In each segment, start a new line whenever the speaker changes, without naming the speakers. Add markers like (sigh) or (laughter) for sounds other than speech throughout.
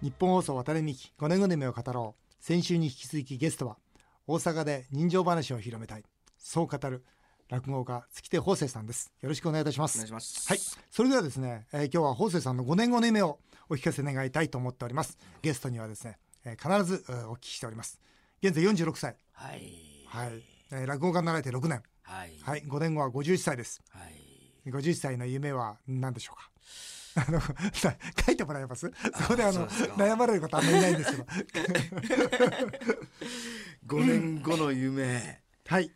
日本放送渡辺美希5年後の夢を語ろう先週に引き続きゲストは大阪で人情話を広めたいそう語る落語家月手法生さんですよろしくお願いいたしま
お願い
す
します。
はいそれではですね、えー今日は法生さんの5年後の夢をお聞かせ願いたいと思っておりますゲストにはですね、えー必ずえーお聞きしております現在46歳
はい。
はい、えー落語家になられて6年
はい。
はい5年後は51歳です
はい。
50歳の夢は何でしょうかあの (laughs) な書いてもらえます (laughs) そこであ
そ
の
うですか
悩まれる方あんまりいないんですけど
5年後の夢。
はい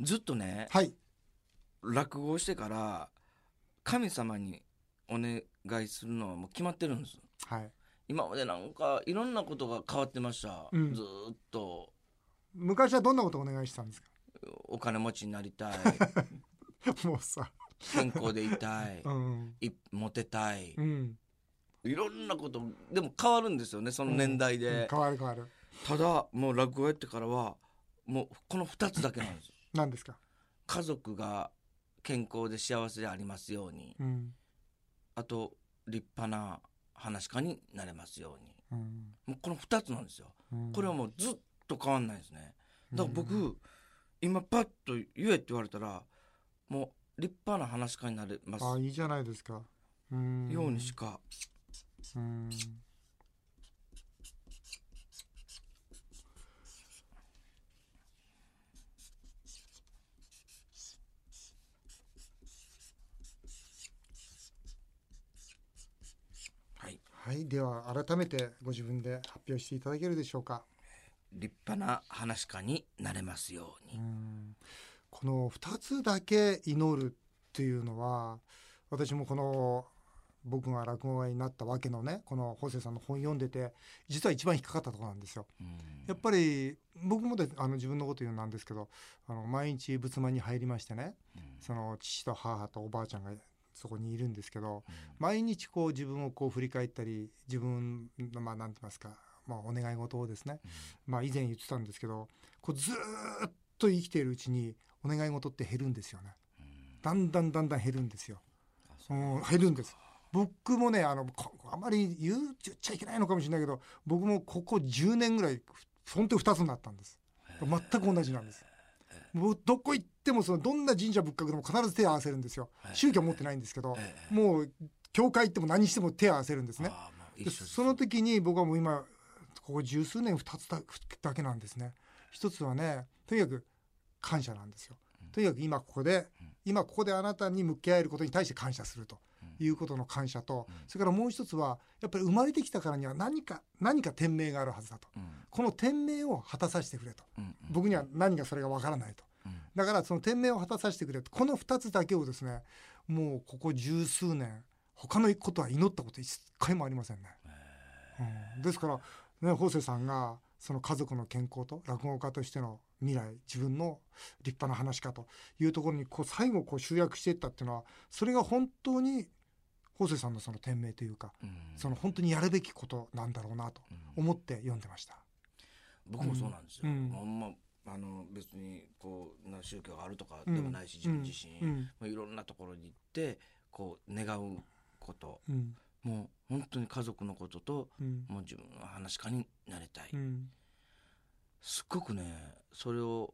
ずっとね、
はい
落語をしてから、神様にお願いするのはもう決まってるんです。
はい
今までなんかいろんなことが変わってました。
うん
ずーっと
昔はどんなことお願いしてたんです
お金持ちになり
(laughs)
たい、
か (laughs) もうさ
健康でいたい、
うん
いモテたい、
うん
いろんなこと、でも変わるんですよね、その年代
うん
で。
変わる変わる
ただ、もう落語やってからは、もうこの2つだけなんです。
何ですか
家族が健康で幸せでありますように
うん
あと立派な話し家になれますように
うん
もうこの2つなんですよ
うん
これはもうずっと変わんないですねだから僕、
うん
今パッと言えって言われたらもう立派な話し家になれます
あいいじゃないですかうん
ようにしか
うん
はい
はいでは改めてご自分で発表していただけるでしょうか
立派な話し家になれますよう
う
に
んこの2つだけ祈るっていうのは私もこの僕が落語家になったわけのねこの法政さんの本読んでて実は一番引っかかったところなんですよ。
うん
やっぱり僕もであの自分のこと言うのなんですけどあの毎日仏間に入りましてね
うん
その父と母とおばあちゃんがそこにいるんですけど
うん
毎日こう自分をこう振り返ったり自分のまあ何て言いますか、まあ、お願い事をですねまあ、以前言ってたんですけどこうずーっと生きているうちにお願い事って減るんですよね
うん
だんだんだんだん減るんですよ、、
あそううん
減るんです僕もねあのこあまり言う言っちゃいけないのかもしれないけど僕もここ10年ぐらい本当に2つになったんです全く同じなんですもうどこ行ってもそのどんな神社仏閣でも必ず手を合わせるんですよ
はい
宗教持ってないんですけど
ええ
もう教会行っても何しても手を合わせるんですね
あーもう
で
一緒です
その時に僕はもう今ここ十数年二つだだけなんですね一つはねとにかく感謝なんですよ
うん
とにかく今ここで、
うん
今ここであなたに向き合えることに対して感謝すると
うん
いうことの感謝と、
うん
それからもう一つはやっぱり生まれてきたからには何か何か天命があるはずだと
うん
この天命を果たさせてくれと
うんうん
僕には何がそれがわからないと
うん
だからその天命を果たさせてくれとこの二つだけをですねもうここ十数年他のことは祈ったこと一回もありませんね。うんですから、ね、法政さんがその家族の健康と落語家としての未来自分の立派な話かというところにこう最後こう集約していったっていうのはそれが本当に法政さんのその天命というかその本当にやるべきことなんだろうなと
うん
思って読んでました。
僕もそうなんです
う
よ。
ん
ほんまあの別にこうな宗教があるとかでもないし、
うん
自分
う
自身、
ん
まあいろんなところに行ってこう願うこと
うん
もう本当に家族のことと
うん
もう自分の話し家になりたい、
うん
すっごくねそれを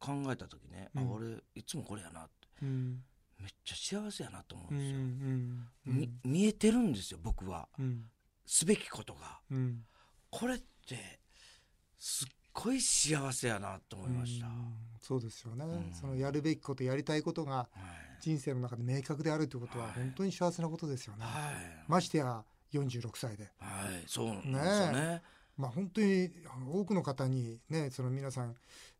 考えた時ね、
うん
あ俺いつもこれやなって
うん
めっちゃ幸せやなと思
う
う
ん
ですよ、
んう
み
ん
見えてるんですよ僕は
うん
すべきことが。
うん
これってすっごい幸せやなと思いました、
う
は
んそうですよね、
うん
そのやるべきことやりたいことが
い
人生の中で明確であるということは
はい
本当に幸せなことですよね、
はい、
ましてや46歳で
はい、そうなんですよね
まあ本当にあの多くの方にねその皆さん、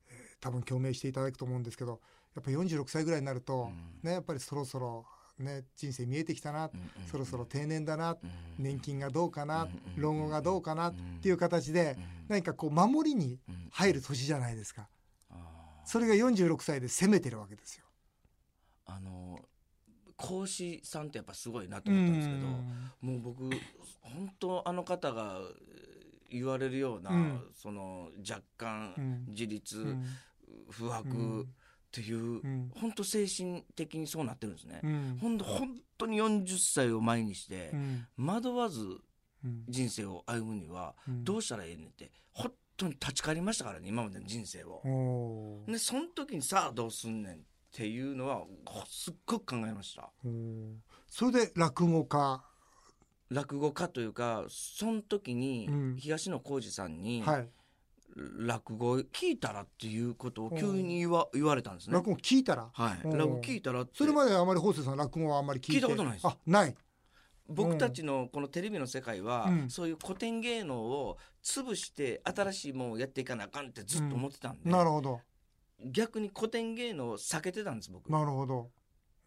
えー多分共鳴していただくと思うんですけどやっぱ46歳ぐらいになる
う
と、
ん
ねやっぱりそろそろね人生見えてきたな、
うんうん
そろそろ定年だな、
うん
年金がどうかな、
うん
老後がどうかなっていう形で
うん
何かこう守りに
うん
入る年じゃないですか
あー
それが46歳で攻めてるわけですよ。
あの講師さんってやっぱすごいなと思ったんですけど、もう僕本当あの方がえー言われるような、
うん
その若干
うん
自立、
うん
不
う
惑
ん
っていう
うん
本当精神的にそうなってるんですね
う。ん
ほんと本当に40歳を前にして
うん
惑わず
うん
人生を歩むには
うん
どうしたらええねんって本当に立ち返りましたからね今までの人生を。
おー
でその時にさあどうすんねんっていうのはほすっごく考えました。
おーそれで落語家
落語家というかその時に
うん
東野幸治さんに
はい
落語聞いたらっていうことを急に言わ言われたんですね。
落語聞いたら
はい、
うん
落語聞いたらって
それまであまり法政さん落語はあんまり聞いて
聞いたことないです
あない
僕たちのこのテレビの世界は、
うん
そういう古典芸能を潰して新しいものをやっていかなあかんってずっと思ってたんで、
なるほど
逆に古典芸能を避けてたんです僕。
なるほど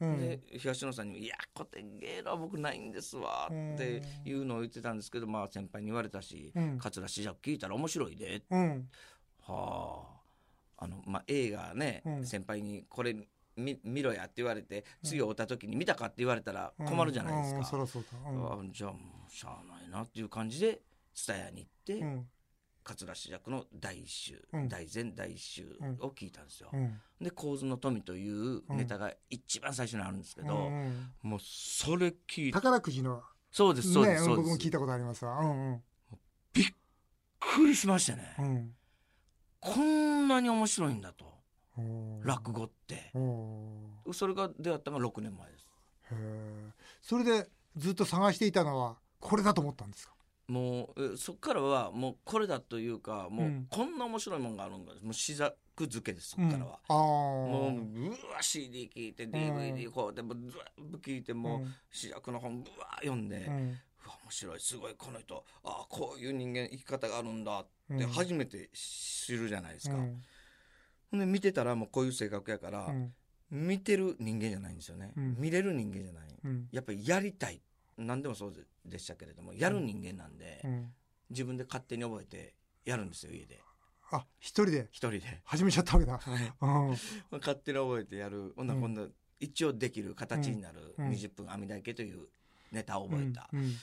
うん
で東野さんにも「いや古典芸能は僕ないんですわ」っていうのを言ってたんですけど、まあ先輩に言われたし
うん
桂枝雀聞いたら面白いで
うん
はああの、まあ、映画ね、
うん
先輩にこれ見見ろやって言われて次を追った時に見たかって言われたら
うん
困るじゃないです
うんそ
か、
りゃそうだうん
あじゃあもうしゃあないなっていう感じで蔦屋に行って、
うん
桂枝雀の第一集、
うん
大前第一集を聞いたんですよ、
うん
で「構図の富」というネタが一番最初にあるんですけど、
うんうん
もうそれ聞いて
宝くじの
そうですそうで
ねう
す
ん
そう
僕も
です、
聞いたことありますわうんうん
びっくりしましたね、
うん
こんなに面白いんだと
おー
落語って。
おー
それが出会ったのが6年前です
へえ。それでずっと探していたのはこれだと思ったんですか。
もうえそっからはもうこれだというかも
う
うんこんな面白いもんがあるんだもうしざくづけですそ
うん
っからは、
ああ。
もううわ CD 聞いて DVD こうでもうずわっ聞いてもうしざくの本ぶわー読んで、
う
うわ
ん
面白いすごいこの人ああこういう人間生き方があるんだっ
うん
て初めて知るじゃないですか、
うん
ほんで見てたらもうこういう性格やから、
うん
見てる人間じゃないんですよね、
うん
見れる人間じゃない
うん
やっぱりやりたい何でもそうででしたけれどもやる人間なんで、
うん
自分で勝手に覚えてやるんですよ家で
あ一人で
一人で、
始めちゃったわけだ。うん
勝手に覚えてやるほんなら
うん
今度一応できる形になる
うん
20分網だけというネタを覚えた、
うんうん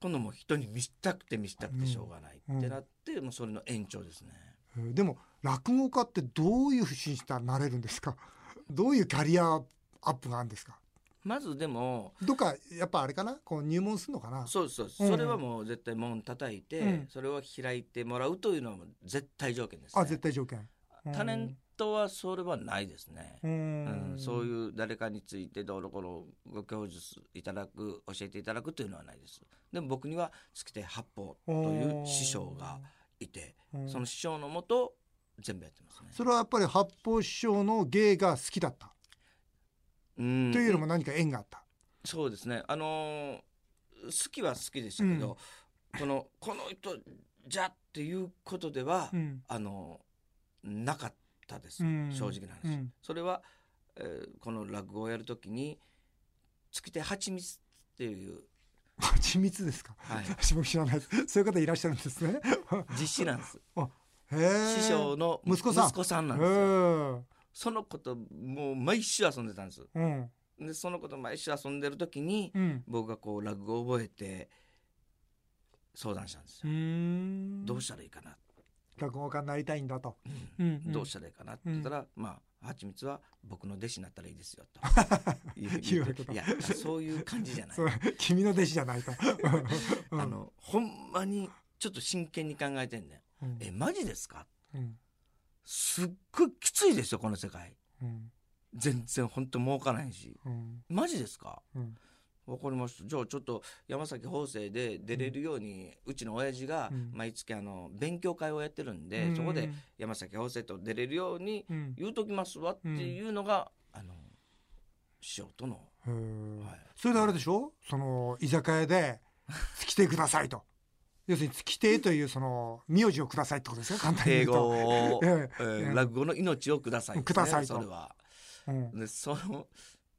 今度もう人に見したくて見したくてしょうがない
うん
ってなって、もうそれの延長ですね
へえでも落語家ってどういうふうにしたらなれるんですか。 (laughs) どういうキャリアアップがあるんですか。
まずでも
どっかやっぱあれかな。こう入門するのかな。
そうですそうです、
うん
それはもう絶対門叩いて、
うん
それを開いてもらうというのはもう絶対条件です、ね、
あ絶対条件。
タレントはそれはないですね、
う
うん
ん。
そう
う
いう誰かについてどうのこうのご教授いただく教えていただくというのはないですでも僕には月手八方という師匠がいて
うん。
その師匠のもと全部やってますね
それはやっぱり八方師匠の芸が好きだった。
うん
というよりも何か縁があった。
そうですねあのー好きは好きでしたけど、このこの人じゃっていうことでは、
うん
あのーなかったです、
うん
正直な話、
うん
それは、えーこの落語をやるときに月手八光っていう
蜂蜜ですか。
はい
私も知らないです。そういう方いらっしゃるんですね。
実施なんです。
へえ。
師匠の
息子さん
なんですよ。
へ
その子ともう毎週遊んでたんです。
え。うん。
でその子と毎週遊んでる時に
うん。
僕がこう落語を覚えて相談したんです
う
よ。
ん。
どうしたらいいかな、
落語家になりたいんだと。
うん
ん
どうしたらいいかなって言ったら、まあ蜂蜜は僕の弟子になったらいいですよと
(laughs)
言う
言われた
いやそういう感じじゃない (laughs)
そ。う君の弟子じゃないか。うん
あ、のほんまにちょっと真剣に考えてんね
うん
(laughs) ん。えマジですか
うん。
すっごいきついですよこの世界。
うん。
全然ほんと儲かないし。
うん。
マジですか
うん。
わかりましたじゃあちょっと山崎法政で出れるように、うちの親父が
うん
毎月あの勉強会をやってるんで、
うん
そこで。山崎法政と出れるように
うん。
言うときますわっていうのが、あの師匠との、
へえ
はい
それであれでしょその居酒屋で「月亭ください」と (laughs) 要するに「月亭」というその名字をくださいってことですよ簡単に言
英
うと。
語を、え
(laughs) え
ー落語の命をくださいですね、
くださいと
それは。
えうん
でその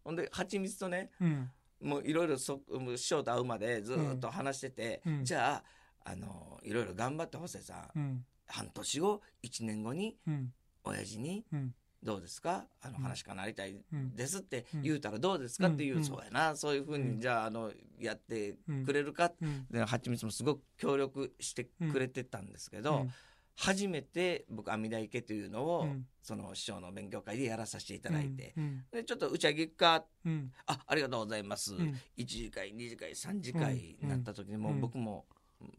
ほんで蜂蜜とね
うん
もういろいろそもう師匠と会うまでずーっと話してて、
うんうん
じゃああのいろいろ頑張って法政さん、
うん
半年後1年後に
うん
親父に
うん
どうですかあの
うん
話かなりたい
うん
ですって
うん
言うたらどうですかっていう、
うん
そうやなそういうふう
う
に
ん
じゃああのやって
うん
くれるか、
うん
ではちみつもすごく協力してくれてたんですけど、
うん
初めて僕阿弥陀池というのを、
うん
その師匠の勉強会でやらさせていただいて、
うん
でちょっと打ち上げ行くか
うん
あありがとうございます、
うん (laughs)
1次会2次会3次会になった時にも
う
うん僕も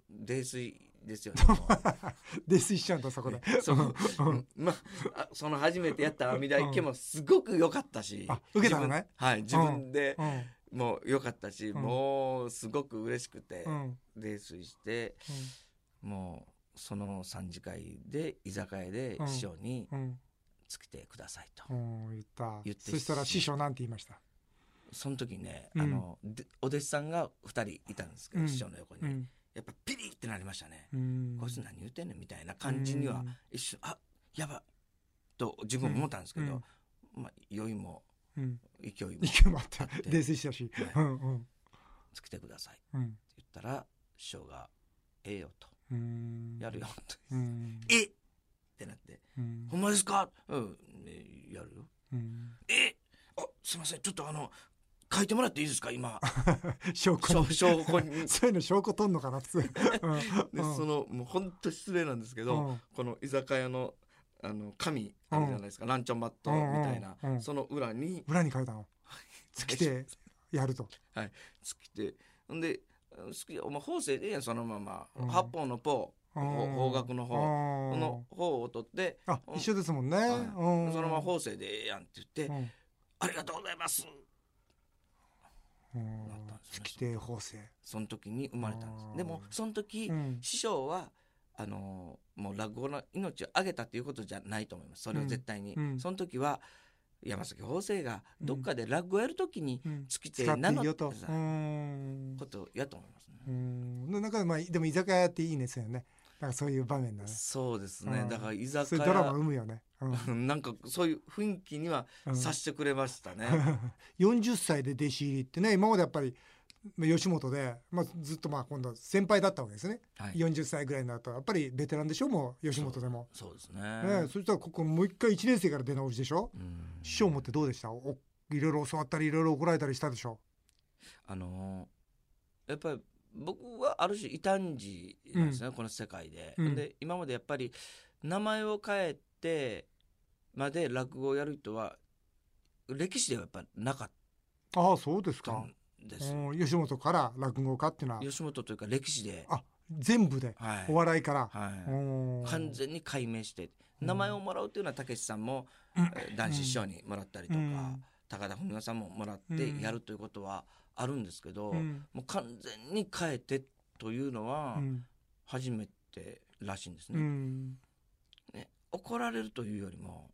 泥酔ですよね。
泥酔しちゃうんだそ
(laughs)
こで
そううんまあその初めてやった阿弥陀池もすごく良かったし、
あ受けたのね
自分はい自分で
うん
もう良かったし、
うん
もうすごく嬉しくて
うんうん
泥酔してもうその3次会で居酒屋で
うん
師匠に
うん
「つけてください」と、
うん言った
言って
そしたら師匠なんて言いました
その時ね、
うん
あのでお弟子さんが2人いたんですけど、
うん
師匠の横に、
うん
やっぱピリってなりましたね、
うん
こいつ何言ってんねんみたいな感じには一瞬あやばと自分も思ったんですけど、まあ酔いも
うんうん
勢
(laughs)
いも
息もあって
って
泥酔したし
はい
うんうん
つけてくださいって
うん
言ったら師匠が「ええよ」と
うん
「やるよ」と
うん
「えっ!」ってなって
うん
「ほんまですか?」うん「ねやるよ」
うん
「えあすいませんちょっとあの書いてもらっていいですか今
証拠
証
の」
証拠
(laughs)
に
そういうの証拠取んのかな普通
でそのもう本当失礼なんですけど、
うん
この居酒屋のあの紙あるじゃないですか、ランチョンマットみたいな、
うんうんうん
その裏に
裏に書いたの来てやると
つきてんで好きお前方正でええやんそのまま、
うん
八方の方ほ方角の方こ
こ
の方を取って
あ
うん
一緒ですもんね、
い
うん
そのまま方正でええやんって言って、
うん
ありがとうございます
うん
なったんですね
月亭法政
その時に生まれたんです
うん
でもその時、
うん
師匠はあのーもう落語の命をあげたということじゃないと思いますそれを絶対に、
うんうん
その時は山崎法政がどっかで落語やる時に
うん
つき
使
て
って
ないの
いよ
こと
うん
とやと思いますね、
うんなんかまあでも居酒屋っていいねそうよねなんかそういう場面だね
そうですね、
うん
だから居
そ
酒
ういうドラマ
屋
生むよね、うん
(laughs) なんかそういう雰囲気には
うん、
さしてくれましたね、
(laughs) 40歳で弟子入りってね今までやっぱりまあ吉本で、まあ、ずっとまあ今度先輩だったわけですね、
はい
40歳ぐらいになるとやっぱりベテランでしょもう吉本でも、
そうです
ね
ね、
そしたらここもう一回1年生から出直しでしょ、
うん
師匠もってどうでしたおいろいろ教わったりいろいろ怒られたりしたでしょ
あのーやっぱり僕はある種異端児なんですね、この世界で、
うん
で今までやっぱり名前を変えてまで落語をやる人は歴史ではやっぱなかっ
ああそうです
た
か、
んですよ、
うん、吉本から落語家っていうのは
吉本というか歴史で、
あ全部で
はい
お笑いから、
はい
うん
完全に解明して
うん
名前をもらうというのはたけしさんも、
うん
えー男子師匠にもらったりとか、
うん
高田文夫さんももらっ
うん
てやるということはあるんですけど、
うん
もう完全に変えてというのは
うん
初めてらしいんです
う
ね。
ん
ね怒られるというよりも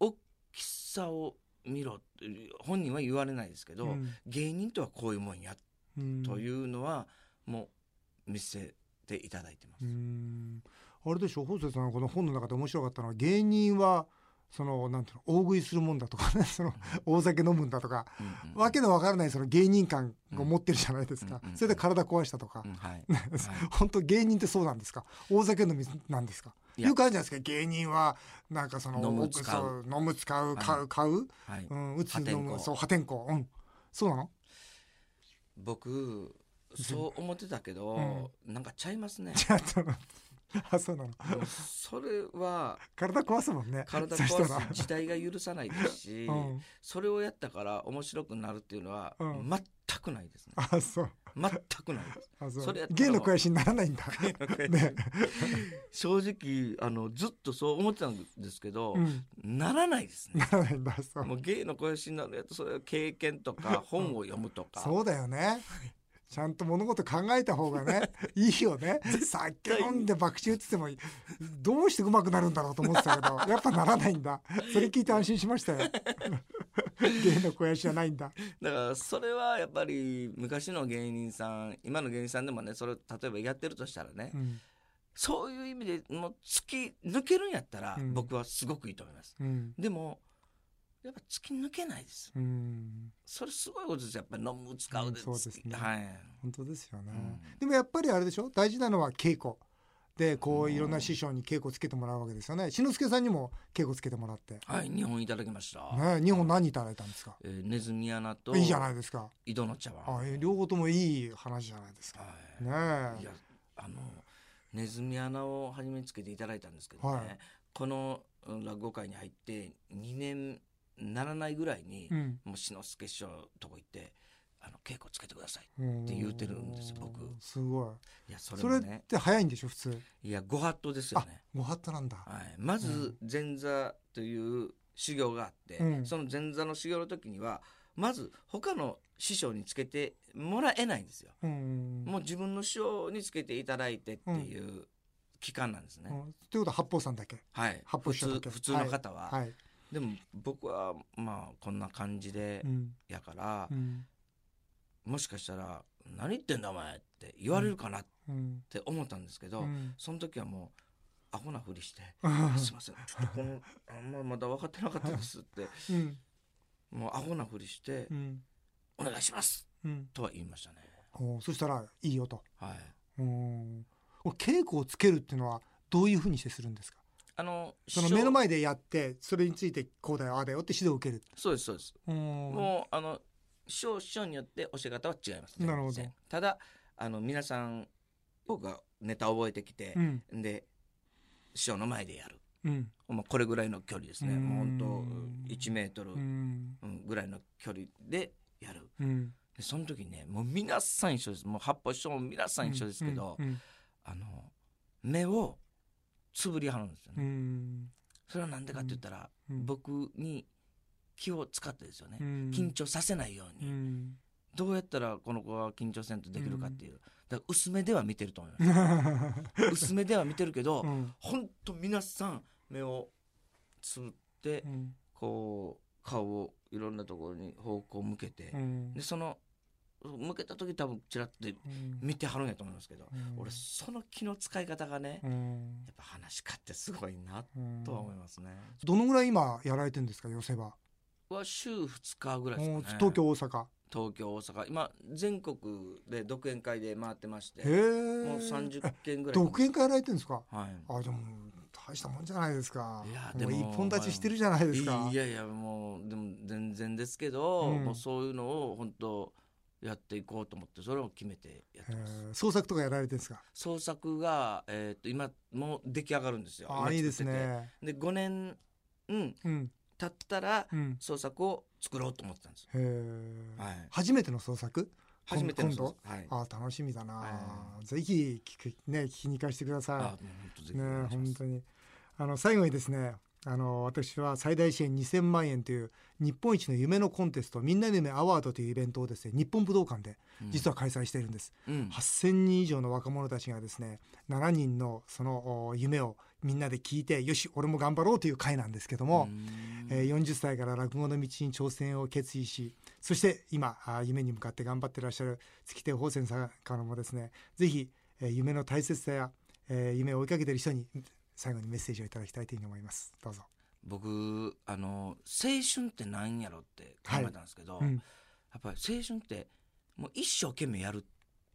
大きさを見ろって本人は言われないですけど、芸人とはこういうもんや
うん
というのはもう見せていただいてま
う
す。
んあれでしょ法政さんこの本の中で面白かったのは芸人はそのなんていうの大食いするもんだと
(laughs)
かねその大酒飲むんだとか、
うんうんうん
わけのわからないその芸人感を持ってるじゃないですか、
うんうん
それで体壊したとか、
うんはい
本当芸人ってそうなんですか大酒飲みなんですか
いや
よくあるじゃないですか芸人はなんかその
飲む
奥
使う
そう飲む使う買
は
う買う、
はい
うん、打つ
破天
飲
荒
むそう破天荒うんそうなの
僕そう思ってたけど、なんかちゃいますね
ちょっとあそうなの
もうそれは
体壊すもんね
体
そしたら
壊す時代が許さないですし、
うん、
それをやったから面白くなるっていうのは
うん
全くないですね、
あそう
全くないです
あそう
それやった
芸
ら
の肥やしにならないん
(laughs)
だ (laughs) ね、
正直あのずっとそう思ってたんですけど、
うん、
ならないですね
ならないんだそう
もう芸の肥やしになるやつそれは経験とか本を読むとか、
そうだよねちゃんと物事考えた方が
(laughs)
ねいいよね酒飲んで爆打っててもどうしてうまくなるんだろうと思ってたけ
(laughs)
どやっぱならないんだそれ聞いて安心しましたよ (laughs) 芸の肥やしじゃないんだ
だからそれはやっぱり昔の芸人さん今の芸人さんでもねそれを例えばやってるとしたらね、
うん
そういう意味でもう突き抜けるんやったら
うん
僕はすごくいいと思います、
うん
でもやっぱ突き抜けないです
うん
それすごいことですやっぱり飲む使うで、
うんそうですね
はい、
本当ですよね、
うん
でもやっぱりあれでしょ大事なのは稽古でこ
う
うんいろんな師匠に稽古つけてもらうわけですよね志の輔さんにも稽古つけてもらって、ね
はい、2本いただきました、
日本何いただいたんですか
えーネズミ穴と
いいじゃないですか
井戸の茶
あ
碗
え両方ともいい話じゃないですか
はい
ね
いやあのネズミ穴を初めにつけていただいたんですけどね、
はい
このうん落語会に入って2年ならないぐらいに、
うん
もう志の輔師匠のとこ行ってあの稽古つけてください
って
て言うてるんですよ僕
すごい
いやそ
そ
れ
れ,、
も
っ
ね
て早いんでしょ普通
いやご法度ですよね
ご法度なんだ、
はい、まず前座という修行があって、
うん
その前座の修行の時にはまず他の師匠につけてもらえないんですよ。
うん
もう自分の師匠につけていただいてっていう期間なんですね。
うんということは八方さんだけ
はい、
八方
普
師匠だ
通
け
普通の方は、
はい、
でも僕はまあこんな感じで
うん
やから
う、ん
もしかしたら「何言ってんだお前」って言われるかなっ
うん
て思ったんですけど、
うん
その時はもうアホなふりして「すい
うん
ませんちょっとこのあんままだ分かってなかったです」って
うん
もうアホなふりして
う、ん
お願いします
うん
とは言いましたね。
おーそしたらいいよと
はい。
うんこれ稽古をつけるっていうのはどういうふうにしてするんですか
あの、
その
師匠
目の前でやってそれについてこうだよああだよって指導を受ける
そうです、そうです。
うん
もう、あの、師匠、師匠によって教え方は違います、
なるほど
全然ただ、あの、皆さん、僕がネタを覚えてきて
う、ん
で、師匠の前でやる。
うん
まあ、これぐらいの距離ですね。
うーん
もう本当1メートル
うん
うんぐらいの距離でやる。
うん
で、その時ね、もう皆さん一緒です。もう八方師匠も皆さん一緒ですけど
う、ん
あの、目をつぶりはるんですよ
う
ね。
ん
それはなんでかって言ったら、
うん
僕に気を使ってですよね、
うん
緊張させないよう
う
に、
ん
どうやったらこの子は緊張せんとできるかっていう、だから薄めでは見てると思いま
う
す薄めでは見てるけど、
ん
ほんと皆さん目をつぶって、
うん
こう顔をいろんなところに方向を向けて、
うん
でその向けた時多分ちらっと
うん
見てはるんやと思いますけど、
うん
俺その気の使い方がね、
うん
やっぱ話し家ってすごいな
うん
とは思いますね。
どのぐらい今やられてるんですか寄せは
は週2日ぐらいですか
も
ね
う東京大阪
東京大阪今全国で独演会で回ってまして
へえ
もう30件ぐらい
独演会やられてるんですか
はい
あでも大したもんじゃないですか
いやで
も
も
う一本立ちしてるじゃないですか
いやいやもうでも全然ですけど、
うん
もうそういうのを本当やっていこうと思ってそれを決めてやって
へ
ます、
ー創作とかやられてるんですか
創作が、えー、と今もう出来上がるんですよ
ああ
今
いいで
作
す
ってて
ね
で5年、うん、
うん
経ったら
うん
創作を作ろうと思ってたんです、
へえ
はい、
初めての創作今
初めての創作はい
あ楽しみだな
は
ぜひ聞くね聞きに行かせてくだ
あもう
さ
本当
い
ぜひお
ね
願いします、
本当にあの最後にですねあの私は最大支援2000万円という日本一の夢のコンテストみんなの夢アワードというイベントをですね日本武道館で実
は、
は開催しているんです
うん
8000人以上の若者たちがですね7人のそのお夢をみんなで聞いてよし俺も頑張ろうという会なんですけども、
うん
えー40歳から落語の道に挑戦を決意しそして今あー夢に向かって頑張ってらっしゃる月亭宝泉さんからもですねぜひ、えー夢の大切さや、えー夢を追いかけてる人に最後にメッセージをいただきたいというふうに思いますどうぞ。
僕あの青春ってなんやろって考えたんですけど、
うん
やっぱり青春ってもう一生懸命やる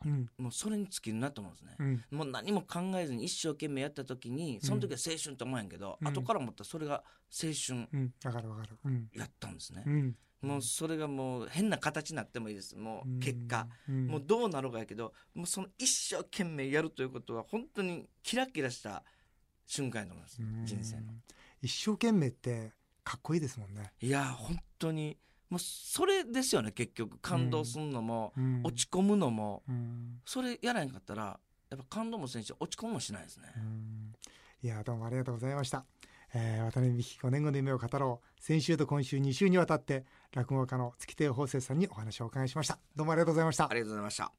うん
もうそれに尽きるなと思うんですね、
うん
もう何も考えずに一生懸命やった時にその時は青春と思わへんけど、
うん
後から思ったらそれが青春
うん、わかるわかる。うん、
やったんですね
う、ん、
もうそれがもう変な形になってもいいですもう結果、
うん、
もうどうなろうかやけどもうその一生懸命やるということは本当にキラキラした瞬間やと思います、
うん
人生の。
一生懸命ってかっこいいですもんね。
いやー本当にもうそれですよね結局感動するのも、
うん
落ち込むのも
うん
それやらへんかったらやっぱ感動もせんし落ち込むもしないですね、
うんいやどうもありがとうございました、えー、渡辺美希5年後の夢を語ろう先週と今週2週にわたって落語家の月亭方正さんにお話をお伺いしましたどうもありがとうございました
ありがとうございました